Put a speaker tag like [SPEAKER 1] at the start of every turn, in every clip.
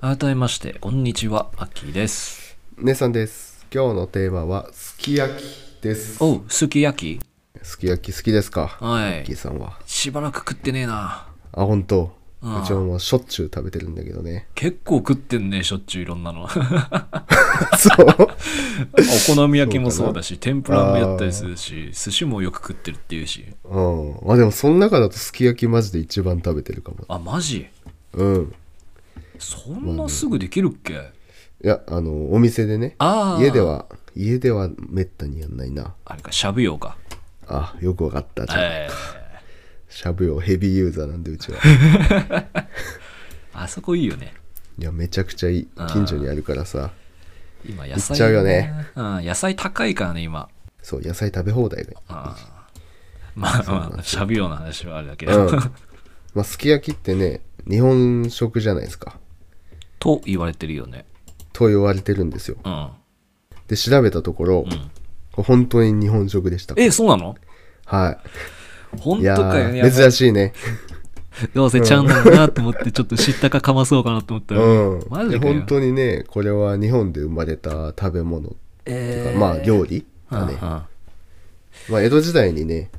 [SPEAKER 1] 改めましてこんにちはアッキーです
[SPEAKER 2] 姉さんです。今日のテーマはすき焼きです。
[SPEAKER 1] おうすき焼き
[SPEAKER 2] すき焼き好きですか？ア
[SPEAKER 1] は
[SPEAKER 2] ッキー
[SPEAKER 1] い
[SPEAKER 2] さんは。
[SPEAKER 1] しばらく食ってねえな
[SPEAKER 2] あ、本当。
[SPEAKER 1] うん。
[SPEAKER 2] うちはもうしょっちゅう食べてるんだけどね
[SPEAKER 1] 結構食ってんねしょっちゅういろんな の
[SPEAKER 2] そう。
[SPEAKER 1] お好み焼きもそうだし天ぷらもやったり
[SPEAKER 2] あー
[SPEAKER 1] するし寿司もよく食ってるっていうし
[SPEAKER 2] うん。まあでもその中だとすき焼きマジで一番食べてるかも。
[SPEAKER 1] あマジ
[SPEAKER 2] うん。
[SPEAKER 1] そんなすぐできるっけ、
[SPEAKER 2] いや、あの、お店でね。
[SPEAKER 1] ああ
[SPEAKER 2] 家では、家ではめったにやんないな。
[SPEAKER 1] あれかしゃぶ用か
[SPEAKER 2] あ、よくわかった。じゃあ
[SPEAKER 1] え
[SPEAKER 2] しゃぶよ、ヘビーユーザーなんで、うちは。
[SPEAKER 1] ーあそこいいよね
[SPEAKER 2] いや、めちゃくちゃいい
[SPEAKER 1] あ。ー
[SPEAKER 2] 近所にあるからさ。
[SPEAKER 1] 今野菜
[SPEAKER 2] 行っちゃうよね
[SPEAKER 1] うん、野菜高いからね今
[SPEAKER 2] そう、野菜食べ放題がいい。
[SPEAKER 1] あーまあまあしゃぶ用の話はあれだけ
[SPEAKER 2] う
[SPEAKER 1] ど、
[SPEAKER 2] ん。まあ、すき焼きってね、日本食じゃないですか。
[SPEAKER 1] と言われてるよね
[SPEAKER 2] と言われてるんですよ。
[SPEAKER 1] うん
[SPEAKER 2] で、調べたところ、
[SPEAKER 1] ん
[SPEAKER 2] これ本当に日本食でした。
[SPEAKER 1] えそうなの
[SPEAKER 2] は
[SPEAKER 1] 本
[SPEAKER 2] い。い
[SPEAKER 1] 当
[SPEAKER 2] や
[SPEAKER 1] かよ
[SPEAKER 2] ー
[SPEAKER 1] やばい
[SPEAKER 2] 珍しいね。
[SPEAKER 1] どうせちゃうんだろうなと思ってちょっと知ったかかまそうかなと思ったら、
[SPEAKER 2] うん。
[SPEAKER 1] マジ
[SPEAKER 2] で
[SPEAKER 1] かよ
[SPEAKER 2] 本当にね、これは日本で生まれた食べ物っていうか、
[SPEAKER 1] え
[SPEAKER 2] まあ、料理
[SPEAKER 1] ー
[SPEAKER 2] だね。
[SPEAKER 1] うんうん
[SPEAKER 2] まあ、江戸時代にね、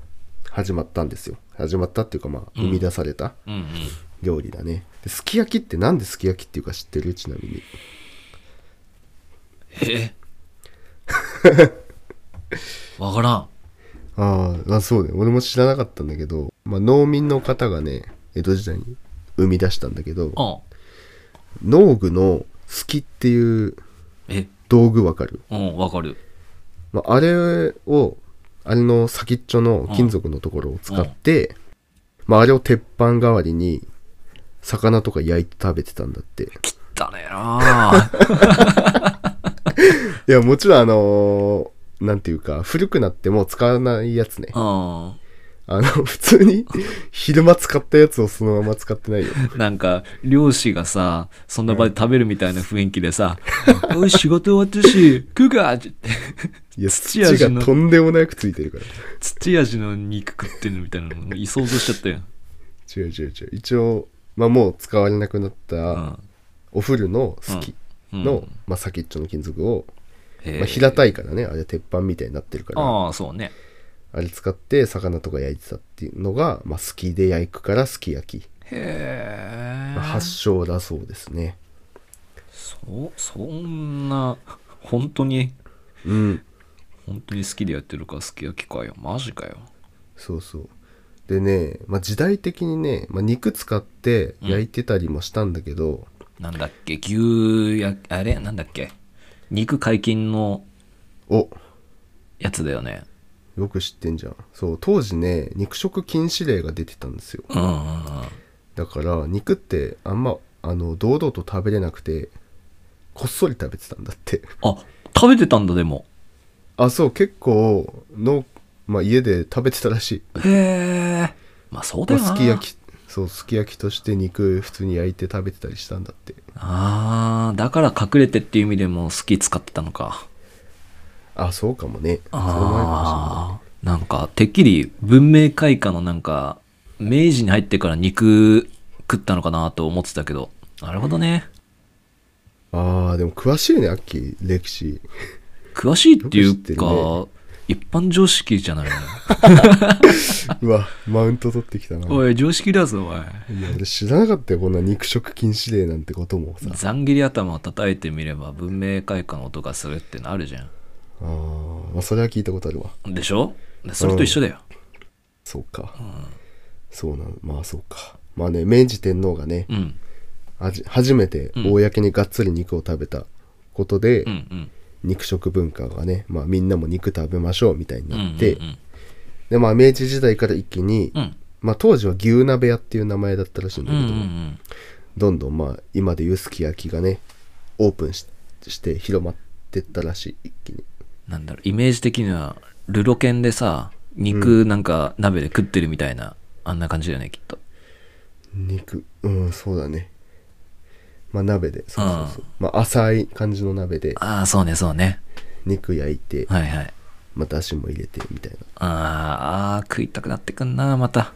[SPEAKER 2] 始まったんですよ。始まったっていうか、まあ、生み出された。
[SPEAKER 1] うんうん
[SPEAKER 2] 料理だねですき焼きってなんですき焼きっていうか知ってるちなみに
[SPEAKER 1] えわからん
[SPEAKER 2] あーあそうね俺も知らなかったんだけど、まあ、農民の方がね江戸時代に生み出したんだけど
[SPEAKER 1] うん
[SPEAKER 2] 農具のすきっていう
[SPEAKER 1] え
[SPEAKER 2] 道具わかる、
[SPEAKER 1] うんわかる
[SPEAKER 2] まあ、あれをあれの先っちょの金属のところを使って、まあ、あれを鉄板代わりに魚とか焼いて食べてたんだって
[SPEAKER 1] 汚ねえなあ
[SPEAKER 2] いやもちろんあのーなんていうか古くなってもう使わないやつね
[SPEAKER 1] う
[SPEAKER 2] あの、普通に昼間使ったやつをそのまま使ってないよ。
[SPEAKER 1] ん。なんか、漁師がさ、そんな場で食べるみたいな雰囲気でさ、おい、仕事終わったし、食うかって言って、
[SPEAKER 2] い や、
[SPEAKER 1] 土
[SPEAKER 2] 土
[SPEAKER 1] 味の
[SPEAKER 2] がとんでもなくついてるから。
[SPEAKER 1] 土味の肉食ってるみたいなの、想像しちゃったよ。
[SPEAKER 2] 違う違う違う。一応、まあもう使われなくなっ
[SPEAKER 1] う
[SPEAKER 2] た
[SPEAKER 1] ん
[SPEAKER 2] お古のすき
[SPEAKER 1] うん
[SPEAKER 2] の、まあ、先っちょの金属を、
[SPEAKER 1] へ
[SPEAKER 2] ま
[SPEAKER 1] え
[SPEAKER 2] あ、平たいからね、あれ鉄板みたいになってるから、あ
[SPEAKER 1] ああ、そうね。
[SPEAKER 2] れ使って魚とか焼いてたっていうのが、まあ、すきで焼くからすき焼き。
[SPEAKER 1] へ
[SPEAKER 2] まあ
[SPEAKER 1] え。
[SPEAKER 2] 発祥だそうですね。
[SPEAKER 1] そ、そんな、本当に、
[SPEAKER 2] うん。
[SPEAKER 1] 本当に好きでやってるから好き焼きかよ。マジかよ。
[SPEAKER 2] そうそう。でね、まあ、時代的にね、まあ、肉使って焼いてたりもしたんだけど、
[SPEAKER 1] なんだっけ、牛や、あれなんだっけ。肉解禁の
[SPEAKER 2] お
[SPEAKER 1] やつだよね。
[SPEAKER 2] よく知ってんじゃんそう当時ね肉食禁止令が出てたんですよ
[SPEAKER 1] うんうんうん。
[SPEAKER 2] だから肉ってあんまあの堂々と食べれなくてこっそり食べてたんだって
[SPEAKER 1] あ、食べてたんだ、でも。
[SPEAKER 2] あそう結構の、まあ、家で食べてたらしい、
[SPEAKER 1] へえ。まあそうだ
[SPEAKER 2] まあ
[SPEAKER 1] よな。
[SPEAKER 2] すき焼きそうすき焼きとして肉普通に焼いて食べてたりしたんだって
[SPEAKER 1] ああ、だから隠れてっていう意味でも好き使ってたのか。
[SPEAKER 2] あそうかもねそれも
[SPEAKER 1] あ
[SPEAKER 2] あ
[SPEAKER 1] あ。なんか、てっきり文明開化のなんか、明治に入ってから肉食ったのかなと思ってたけど。なるほどね。
[SPEAKER 2] るかもしれないあーでも詳しいねアッキー歴史
[SPEAKER 1] 詳しいってい
[SPEAKER 2] よく知って
[SPEAKER 1] う
[SPEAKER 2] る
[SPEAKER 1] か、一般常識じゃないね。
[SPEAKER 2] うわマウント取ってきたな い
[SPEAKER 1] おい、常識だぞ、おい。
[SPEAKER 2] や俺知らなかったよこんな肉食禁止令なんてこともさ
[SPEAKER 1] ざん切り頭を叩いてみれば文明開化の音がするってのあるじゃ
[SPEAKER 2] あー、まあそれは聞いたことあるわ
[SPEAKER 1] ん。でしょでそれと一緒だよ。
[SPEAKER 2] そうか、そうなんまあそうかまあね明治天皇がね、
[SPEAKER 1] うん。
[SPEAKER 2] あじ初めて公にがっつり肉を食べたことで、
[SPEAKER 1] うんうん。
[SPEAKER 2] 肉食文化がね、まあ、みんなも肉食べましょうみたいに
[SPEAKER 1] うんうん
[SPEAKER 2] なって、
[SPEAKER 1] うん
[SPEAKER 2] でまあ明治時代から一気に
[SPEAKER 1] うん
[SPEAKER 2] まあ当時は牛鍋屋っていう名前だったらしいんだ
[SPEAKER 1] う
[SPEAKER 2] け
[SPEAKER 1] んう
[SPEAKER 2] ど、
[SPEAKER 1] ん
[SPEAKER 2] どんどんまあ今でいうすき焼きがねオープンしして広まってったらしい一気に
[SPEAKER 1] うん。なんだろう、イメージ的には、ルロケンでさ、肉なんか鍋で食ってるみたいな、あんな感じだよね、きっと。
[SPEAKER 2] 肉うんそうだねまあ鍋でそうそうそううまあ浅い感じの鍋で
[SPEAKER 1] ああ、そうね、そうね。
[SPEAKER 2] 肉焼いて
[SPEAKER 1] はいはい。
[SPEAKER 2] まあだしも入れてみたいな
[SPEAKER 1] あーあー、食いたくなってくんな、また。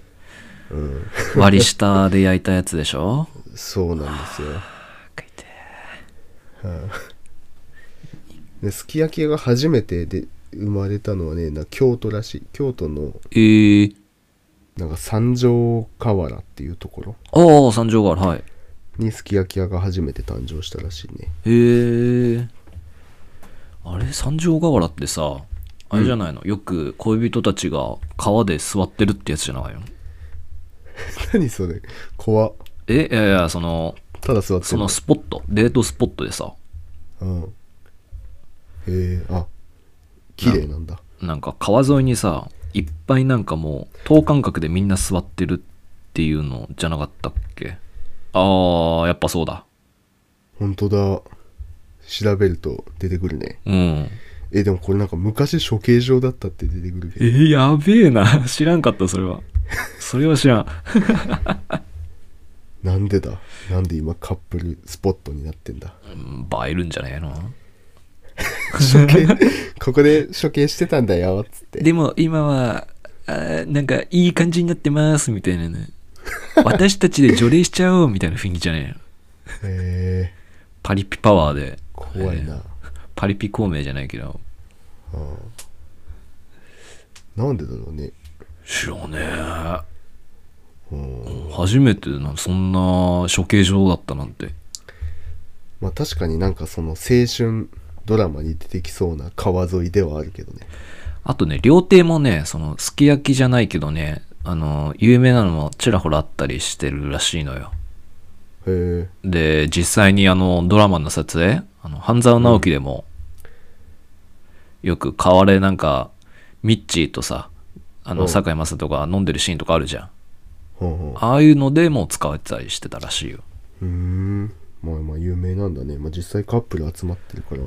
[SPEAKER 2] うん
[SPEAKER 1] 割り下で焼いたやつでしょ
[SPEAKER 2] そうなんですよ
[SPEAKER 1] 食いて
[SPEAKER 2] ですき焼きが初めてで生まれたのはねな京都らしい京都の
[SPEAKER 1] ええー。
[SPEAKER 2] なんか三条河原っていうところ
[SPEAKER 1] ああ、三条がある、はい。
[SPEAKER 2] にすき焼き屋が初めて誕生したらしいね
[SPEAKER 1] へえあれ三条河原ってさあれじゃないの、よく恋人たちが川で座ってるってやつじゃないの
[SPEAKER 2] 何それ怖った
[SPEAKER 1] えいやいやその
[SPEAKER 2] ただ座って
[SPEAKER 1] そ
[SPEAKER 2] る
[SPEAKER 1] のスポットデートスポットでさ
[SPEAKER 2] うんへえあ綺麗なんだ
[SPEAKER 1] なんか川沿いにさいっぱいなんかもう等間隔でみんな座ってるっていうのじゃなかったっけあーやっぱそうだ
[SPEAKER 2] 本当だ調べると出てくるね
[SPEAKER 1] うん
[SPEAKER 2] えでもこれなんか昔処刑場だったって出てくるけ
[SPEAKER 1] え
[SPEAKER 2] ど
[SPEAKER 1] ーやべえな 知らんかったそれはそれは知らん
[SPEAKER 2] なんでだなんで今カップルスポットになって んだ
[SPEAKER 1] うん映えるんじゃねえの
[SPEAKER 2] 処刑ここで処刑してたんだよっつって
[SPEAKER 1] でも今は、あーなんかいい感じになってますみたいな ね。私たちで除霊しちゃおうみたいな雰囲気じゃねえの。
[SPEAKER 2] へえ
[SPEAKER 1] パリピパワーで。
[SPEAKER 2] 怖い
[SPEAKER 1] えー
[SPEAKER 2] な、
[SPEAKER 1] パリピ孔明じゃないけど。
[SPEAKER 2] うんなんでだろうね
[SPEAKER 1] 知らね
[SPEAKER 2] うん
[SPEAKER 1] え。初めてな、そんな処刑場だったなんて。
[SPEAKER 2] まあ確かになんかその青春ドラマに出てきそうな川沿いではあるけどね
[SPEAKER 1] あとね、料亭もね、その、すき焼きじゃないけどね、あの、有名なのもちらほらあったりしてるらしいのよ。
[SPEAKER 2] へえ
[SPEAKER 1] で、実際にあの、ドラマの撮影、あの、半沢直樹でも、よく川われなんか、ミッチーとさ、あ
[SPEAKER 2] う
[SPEAKER 1] の、
[SPEAKER 2] ん
[SPEAKER 1] 堺雅人が飲んでるシーンとかあるじゃん。
[SPEAKER 2] ほんほん
[SPEAKER 1] ああいうのでもう使われてたりしてたらしいよ。
[SPEAKER 2] うーんまあまあ有名なんだね、まあ、実際カップル集まってるから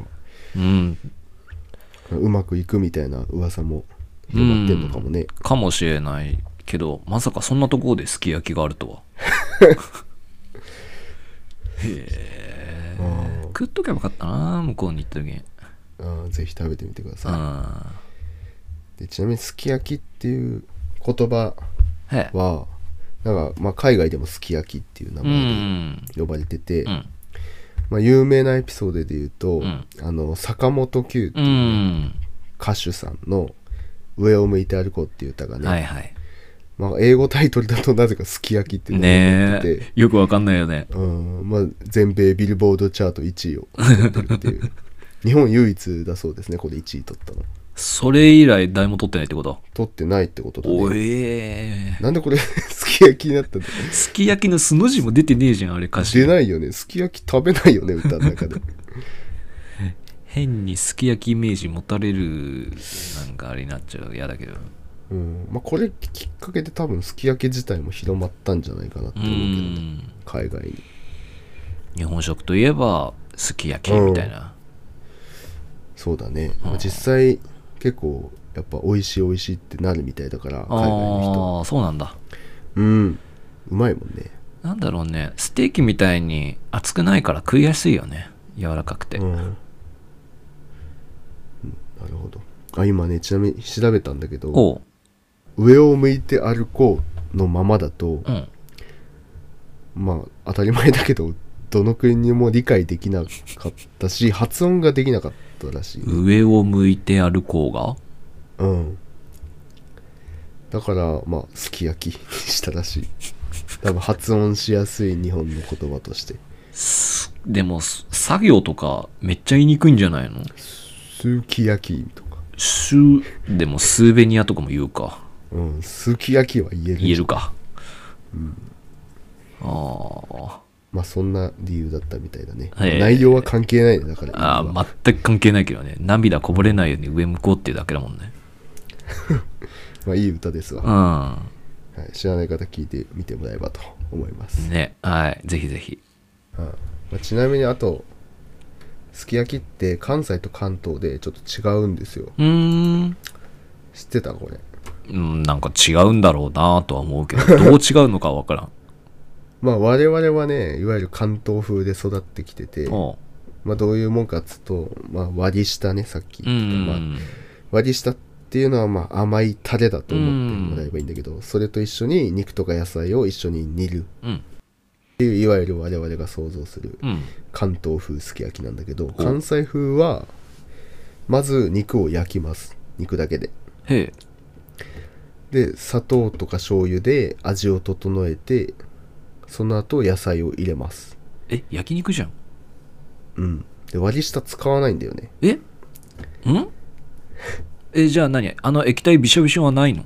[SPEAKER 1] うん。
[SPEAKER 2] うまくいくみたいな噂も広まってんのかもね
[SPEAKER 1] かもしれないけど、まさかそんなところですき焼きがある とは。へえ。食っとけばよかったな、向こうに行った時に。
[SPEAKER 2] あーぜひ食べてみてくだ
[SPEAKER 1] う
[SPEAKER 2] さ
[SPEAKER 1] ん。
[SPEAKER 2] いでちなみにすき焼きっていう言葉
[SPEAKER 1] へえ。
[SPEAKER 2] はなんかまあ海外でもすき焼きっていう名
[SPEAKER 1] う
[SPEAKER 2] 前
[SPEAKER 1] ん。
[SPEAKER 2] で呼ばれてて、
[SPEAKER 1] うん。
[SPEAKER 2] まあ、有名なエピソードで言うと、
[SPEAKER 1] ん
[SPEAKER 2] あの坂本九
[SPEAKER 1] うん。
[SPEAKER 2] 歌手さんの「上を向いて歩こう」っていう歌がね、
[SPEAKER 1] はいはい。
[SPEAKER 2] まあ、英語タイトルだとなぜか「すき焼き」って名前にな
[SPEAKER 1] ね
[SPEAKER 2] ってて、
[SPEAKER 1] えよくわかんないよね
[SPEAKER 2] うんまあ、全米ビルボードチャート1位を取ってるっ ていう日本唯一だそうですねこれ1位取ったの
[SPEAKER 1] それ以来誰も取ってないってこと
[SPEAKER 2] 取ってないってことだ
[SPEAKER 1] お
[SPEAKER 2] ね
[SPEAKER 1] え
[SPEAKER 2] なんでこれ すき焼きになったんだ
[SPEAKER 1] すき焼きの素の字も出てねえじゃんあれ歌詞
[SPEAKER 2] 出ないよねすき焼き食べないよね歌の中で
[SPEAKER 1] 変にすき焼きイメージ持たれるなんかあれになっちゃう嫌だけど
[SPEAKER 2] うん、まあ、これきっかけで多分すき焼き自体も広まったんじゃないかなって
[SPEAKER 1] う
[SPEAKER 2] 思うけどね
[SPEAKER 1] ん
[SPEAKER 2] 海外に
[SPEAKER 1] 日本食といえばすき焼きみたいな
[SPEAKER 2] そうだね、まあ実際結構やっぱ美味しい美味しいってなるみたいだから海
[SPEAKER 1] あ
[SPEAKER 2] 外の
[SPEAKER 1] あーそうなんだ
[SPEAKER 2] 人うんうまいもんね
[SPEAKER 1] なんだろうねステーキみたいに熱くないから食いやすいよね柔らかくて
[SPEAKER 2] うん、うんなるほどあ今ねちなみに調べたんだけど
[SPEAKER 1] おう
[SPEAKER 2] 「上を向いて歩こう」のままだと、
[SPEAKER 1] うん
[SPEAKER 2] まあ当たり前だけどどの国にも理解できなかったし発音ができなかったらしい、ね
[SPEAKER 1] 上を向いて歩こうが
[SPEAKER 2] うんだからまあすき焼きにしたらしい多分発音しやすい日本の言葉として
[SPEAKER 1] すでもす作業とかめっちゃ言いにくいんじゃないの
[SPEAKER 2] すき焼きとか
[SPEAKER 1] すでもスーベニアとかも言うか
[SPEAKER 2] うんすき焼きは言える
[SPEAKER 1] 言えるか、あ
[SPEAKER 2] まあそんな理由だったみたいだね、
[SPEAKER 1] はい
[SPEAKER 2] 内容は関係ないねだか
[SPEAKER 1] ー
[SPEAKER 2] ら
[SPEAKER 1] あ
[SPEAKER 2] 今は
[SPEAKER 1] ー全く関係ないけどね涙こぼれないように上向こうっていうだけだもんね
[SPEAKER 2] まあいい歌ですわ
[SPEAKER 1] うん
[SPEAKER 2] はい、知らない方聞いてみてもらえばと思います、
[SPEAKER 1] ね。はい。ぜひぜひ。
[SPEAKER 2] はいまあ、ちなみにあとすき焼きって関西と関東でちょっと違うんですよ
[SPEAKER 1] うーん。
[SPEAKER 2] 知ってたこれ
[SPEAKER 1] うんなんか違うんだろうなとは思うけど、どう違うのかわ からん。
[SPEAKER 2] まあ我々はねいわゆる関東風で育ってきてて、
[SPEAKER 1] お
[SPEAKER 2] まあ、どういうもんかっつうと、まあ、割り下ねさっき
[SPEAKER 1] うう
[SPEAKER 2] 言ってた、まあ、
[SPEAKER 1] ん。
[SPEAKER 2] 割り下っていうのはまあ甘いタレだと思ってもらえばいいんだけど、それと一緒に肉とか野菜を一緒に煮る
[SPEAKER 1] うん。
[SPEAKER 2] っていういわゆる我々が想像する
[SPEAKER 1] うん。
[SPEAKER 2] 関東風すき焼きなんだけど関西風はまず肉を焼きます肉だけで
[SPEAKER 1] へえ。
[SPEAKER 2] で砂糖とか醤油で味を整えてその後野菜を入れます
[SPEAKER 1] え、焼肉じゃん。
[SPEAKER 2] うんで割り下使わないんだよね
[SPEAKER 1] えんえ、じゃあ何あの液体びしょびしょはないの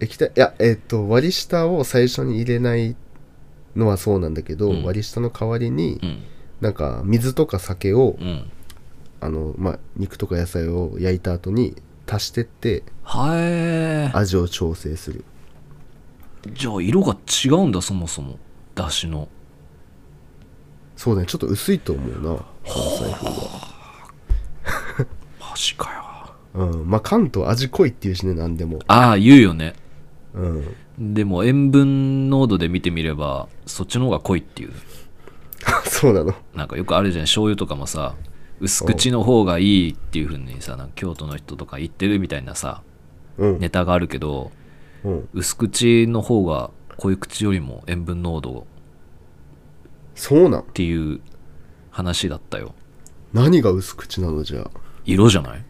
[SPEAKER 2] 液体いやえっ、と割り下を最初に入れないのはそうなんだけど、
[SPEAKER 1] うん
[SPEAKER 2] 割り下の代わりに
[SPEAKER 1] うん。
[SPEAKER 2] なんか水とか酒を、
[SPEAKER 1] うん。
[SPEAKER 2] あのまあ、肉とか野菜を焼いた後に足してって
[SPEAKER 1] はえ。
[SPEAKER 2] 味を調整する
[SPEAKER 1] じゃあ色が違うんだ、そもそも。だしの。
[SPEAKER 2] そうだねちょっと薄いと思うな関西風は
[SPEAKER 1] マジかよ。
[SPEAKER 2] うんまあ関東味濃いっていうしね何でも
[SPEAKER 1] ああ、言うよね。
[SPEAKER 2] うん
[SPEAKER 1] でも塩分濃度で見てみれば、そっちの方が濃いっていう。
[SPEAKER 2] そうなの
[SPEAKER 1] なんかよくあるじゃん醤油とかもさ薄口の方がいいっていう風にさなんか京都の人とか言ってるみたいなさ
[SPEAKER 2] うん、
[SPEAKER 1] ネタがあるけど
[SPEAKER 2] うん、
[SPEAKER 1] 薄口の方が濃い口よりも塩分濃度
[SPEAKER 2] そうなん
[SPEAKER 1] っていう話だったよ
[SPEAKER 2] 何が薄口なのじゃ
[SPEAKER 1] 色じゃない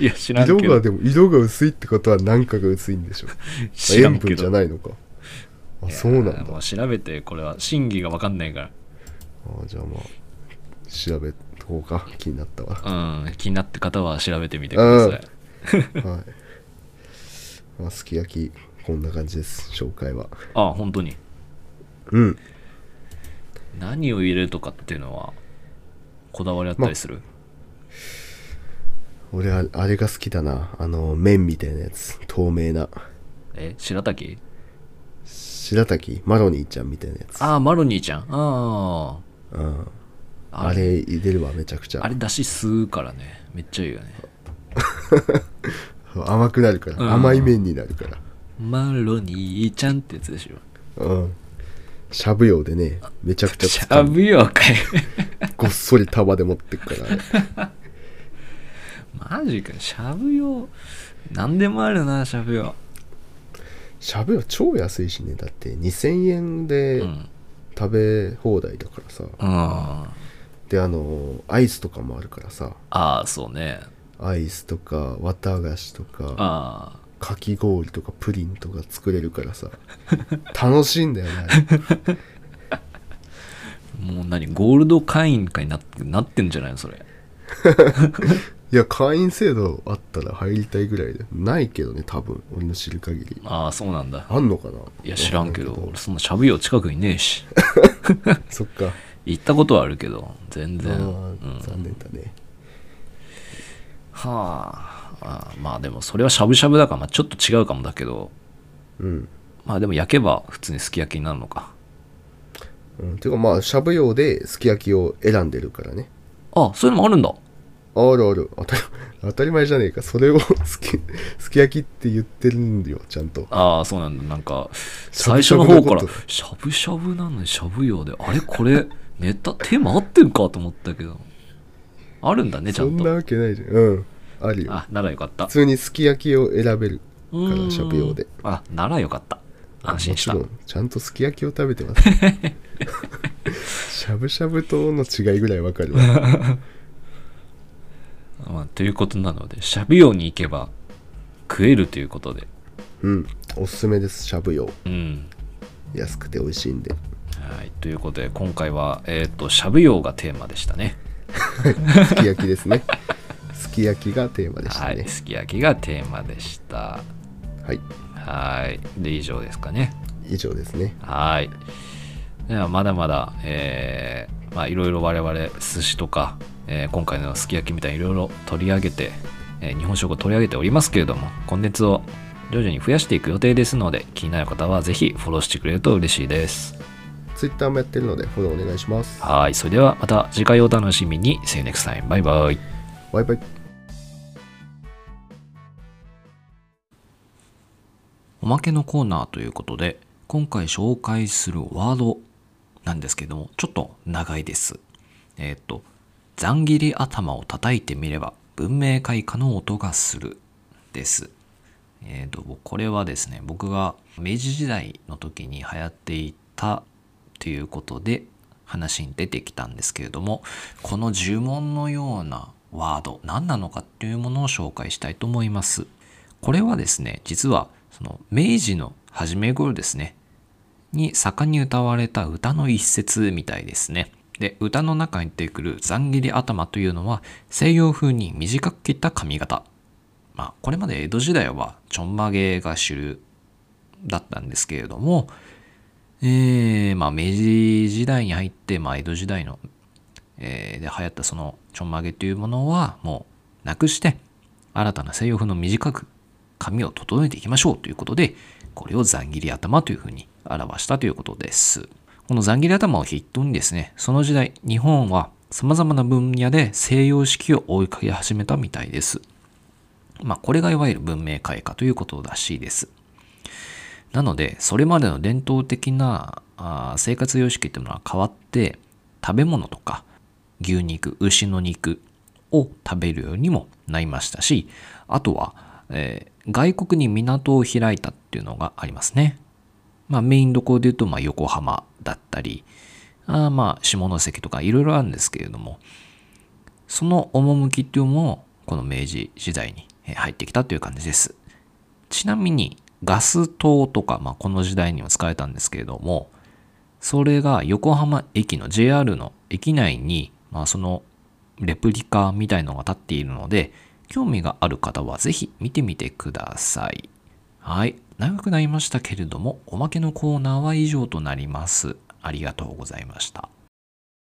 [SPEAKER 1] いや知
[SPEAKER 2] あ
[SPEAKER 1] らん
[SPEAKER 2] 色
[SPEAKER 1] け
[SPEAKER 2] が
[SPEAKER 1] ど
[SPEAKER 2] でも色が薄いってことは何かが薄いんで しょ
[SPEAKER 1] 知らん
[SPEAKER 2] 塩
[SPEAKER 1] け
[SPEAKER 2] 分じゃ
[SPEAKER 1] ど
[SPEAKER 2] ないのかあそうなんだ
[SPEAKER 1] いやもう調べてこれは真偽が分かんないか
[SPEAKER 2] あじゃあまあ調べとこうか気になっ たわ
[SPEAKER 1] らうん気になった方は調べてみてください
[SPEAKER 2] はい。まあ、すき焼き、こんな感じです、紹介は。
[SPEAKER 1] ああ本当に
[SPEAKER 2] うん。
[SPEAKER 1] 何を入れるとかっていうのはこだわりあったりする、
[SPEAKER 2] 俺は、あれが好きだな。あの、麺みたいなやつ。透明な。
[SPEAKER 1] え白滝
[SPEAKER 2] 白滝、マロニーちゃんみたいなやつ。
[SPEAKER 1] ああ、マロニーちゃん。あ
[SPEAKER 2] うん。
[SPEAKER 1] あ。
[SPEAKER 2] あれ入れるわ、めちゃくちゃ。
[SPEAKER 1] あれ、だし吸うからね。めっちゃいいよね。
[SPEAKER 2] 甘くなるから、
[SPEAKER 1] うん
[SPEAKER 2] 甘い麺になるから。
[SPEAKER 1] マロニーちゃんってやつでしょ。
[SPEAKER 2] うん。しゃぶ用でね、めちゃくちゃ
[SPEAKER 1] し
[SPEAKER 2] 使
[SPEAKER 1] ゃ
[SPEAKER 2] う。
[SPEAKER 1] ぶよ、かい。
[SPEAKER 2] ごっそり束で持ってくから、あれ
[SPEAKER 1] マジか、しゃぶよ。なんでもあるな、しゃぶよ。
[SPEAKER 2] しゃぶ用超安いしね。だって2000円
[SPEAKER 1] う
[SPEAKER 2] で
[SPEAKER 1] ん。
[SPEAKER 2] 食べ放題だからさ。
[SPEAKER 1] うん。あ
[SPEAKER 2] で、あの、アイスとかもあるからさ。
[SPEAKER 1] あ、そうね。
[SPEAKER 2] アイスとか綿菓子とか
[SPEAKER 1] ああ。
[SPEAKER 2] かき氷とかプリンとか作れるからさ楽しいんだよねあれ
[SPEAKER 1] もう何、ゴールド会員かになってなってんじゃないの、それ。
[SPEAKER 2] いや会員制度あったら入りたいぐらいでないけどね多分俺の知る限り
[SPEAKER 1] ああ、そうなんだ。
[SPEAKER 2] あんのかないい
[SPEAKER 1] や、知らんけど、俺、そんなしゃぶよ近くにねえし。
[SPEAKER 2] そっか、
[SPEAKER 1] 行ったことはあるけど、全
[SPEAKER 2] あ
[SPEAKER 1] 然。う
[SPEAKER 2] ー
[SPEAKER 1] ん
[SPEAKER 2] 残念だね
[SPEAKER 1] はああーまあでもそれはしゃぶしゃぶだから、まあ、ちょっと違うかもだけど
[SPEAKER 2] うん、
[SPEAKER 1] まあでも焼けば普通にすき焼きになるのか
[SPEAKER 2] うん、ていうかまあしゃぶ用ですき焼きを選んでるからね
[SPEAKER 1] あそういうのもあるんだ
[SPEAKER 2] あるある当たり当たり前じゃねえかそれを すきすき焼きって言ってるんだよちゃんと
[SPEAKER 1] ああそうなんだなんか
[SPEAKER 2] しゃ
[SPEAKER 1] 最
[SPEAKER 2] ぶしゃ
[SPEAKER 1] 初の
[SPEAKER 2] ぶの
[SPEAKER 1] 方から
[SPEAKER 2] こと
[SPEAKER 1] しゃぶしゃぶなのにしゃぶ用であれこれネタ手間合ってんかと思ったけどあるんだねちゃ
[SPEAKER 2] そ
[SPEAKER 1] ん
[SPEAKER 2] んな
[SPEAKER 1] と
[SPEAKER 2] わけないじゃんうんあるよ
[SPEAKER 1] あならよかった
[SPEAKER 2] 普通にすき焼きを選べる
[SPEAKER 1] う
[SPEAKER 2] か
[SPEAKER 1] ー
[SPEAKER 2] ら
[SPEAKER 1] ん
[SPEAKER 2] しゃぶ用で
[SPEAKER 1] あならよかった安心した
[SPEAKER 2] もちろんちゃんとすき焼きを食べてます しゃぶしゃぶとの違いぐらいわか るわ
[SPEAKER 1] まあ、ということなのでしゃぶ用に行けば食えるということで
[SPEAKER 2] うんおすすめですしゃぶ用
[SPEAKER 1] うん
[SPEAKER 2] 安くて美味しい んで
[SPEAKER 1] はい、ということで今回は、えー、としゃぶ用がテーマでしたね
[SPEAKER 2] すき焼きですねすき焼きがテーマでした
[SPEAKER 1] は
[SPEAKER 2] ね
[SPEAKER 1] いすき焼きがテーマでした
[SPEAKER 2] はい、
[SPEAKER 1] はいで以上ですかね
[SPEAKER 2] 以上ですね
[SPEAKER 1] はいではまだまだえーまあいろいろ我々寿司とか、えー今回のすき焼きみたいにいろいろ取り上げて、えー日本食を取り上げておりますけれどもコンテンツを徐々に増やしていく予定ですので気になる方はぜひフォローしてくれると嬉しいです
[SPEAKER 2] ツイッターもやってるのでフォローお願いします。
[SPEAKER 1] はいそれではまた次回を楽しみに See you next time バイバイ
[SPEAKER 2] バイバイ。
[SPEAKER 1] おまけのコーナーということで今回紹介するワードなんですけどもちょっと長いですえーっと「ざん切り頭を叩いてみれば文明開化の音がする」ですえーっとこれはですね僕が明治時代の時に流行っていたということで話に出てきたんですけれどもこの呪文のようなワード何なのかっていうものを紹介したいと思いますこれはですね実はその明治の初め頃ですねに盛んに歌われた歌の一節みたいですねで歌の中に出てくる「ざん切り頭」というのは西洋風に短く切った髪型まあこれまで江戸時代はちょんまげが主流だったんですけれどもえーまあ明治時代に入って、まあ、江戸時代の、えーで流行ったそのちょんまげというものはもうなくして新たな西洋風の短く髪を整えていきましょうということでこれをざん切り頭というふうに表したということですこのざん切り頭を筆頭にですねその時代日本はさまざまな分野で西洋式を追いかけ始めたみたいですまあこれがいわゆる文明開化ということらしいですなので、それまでの伝統的なあー生活様式っていうのは変わって、食べ物とか牛肉、牛の肉を食べるようにもなりましたし、あとは、えー外国に港を開いたっていうのがありますね。まあメインどころで言うと、まあ横浜だったり、あーまあ下関とかいろいろあるんですけれども、その趣っていうのも、この明治時代にえー入ってきたという感じです。ちなみにガス灯とか、まあ、この時代にも使えたんですけれどもそれが横浜駅の JR の駅内に、まあ、そのレプリカみたいのが立っているので興味がある方はぜひ見てみてくださいはい長くなりましたけれどもおまけのコーナーは以上となりますありがとうございました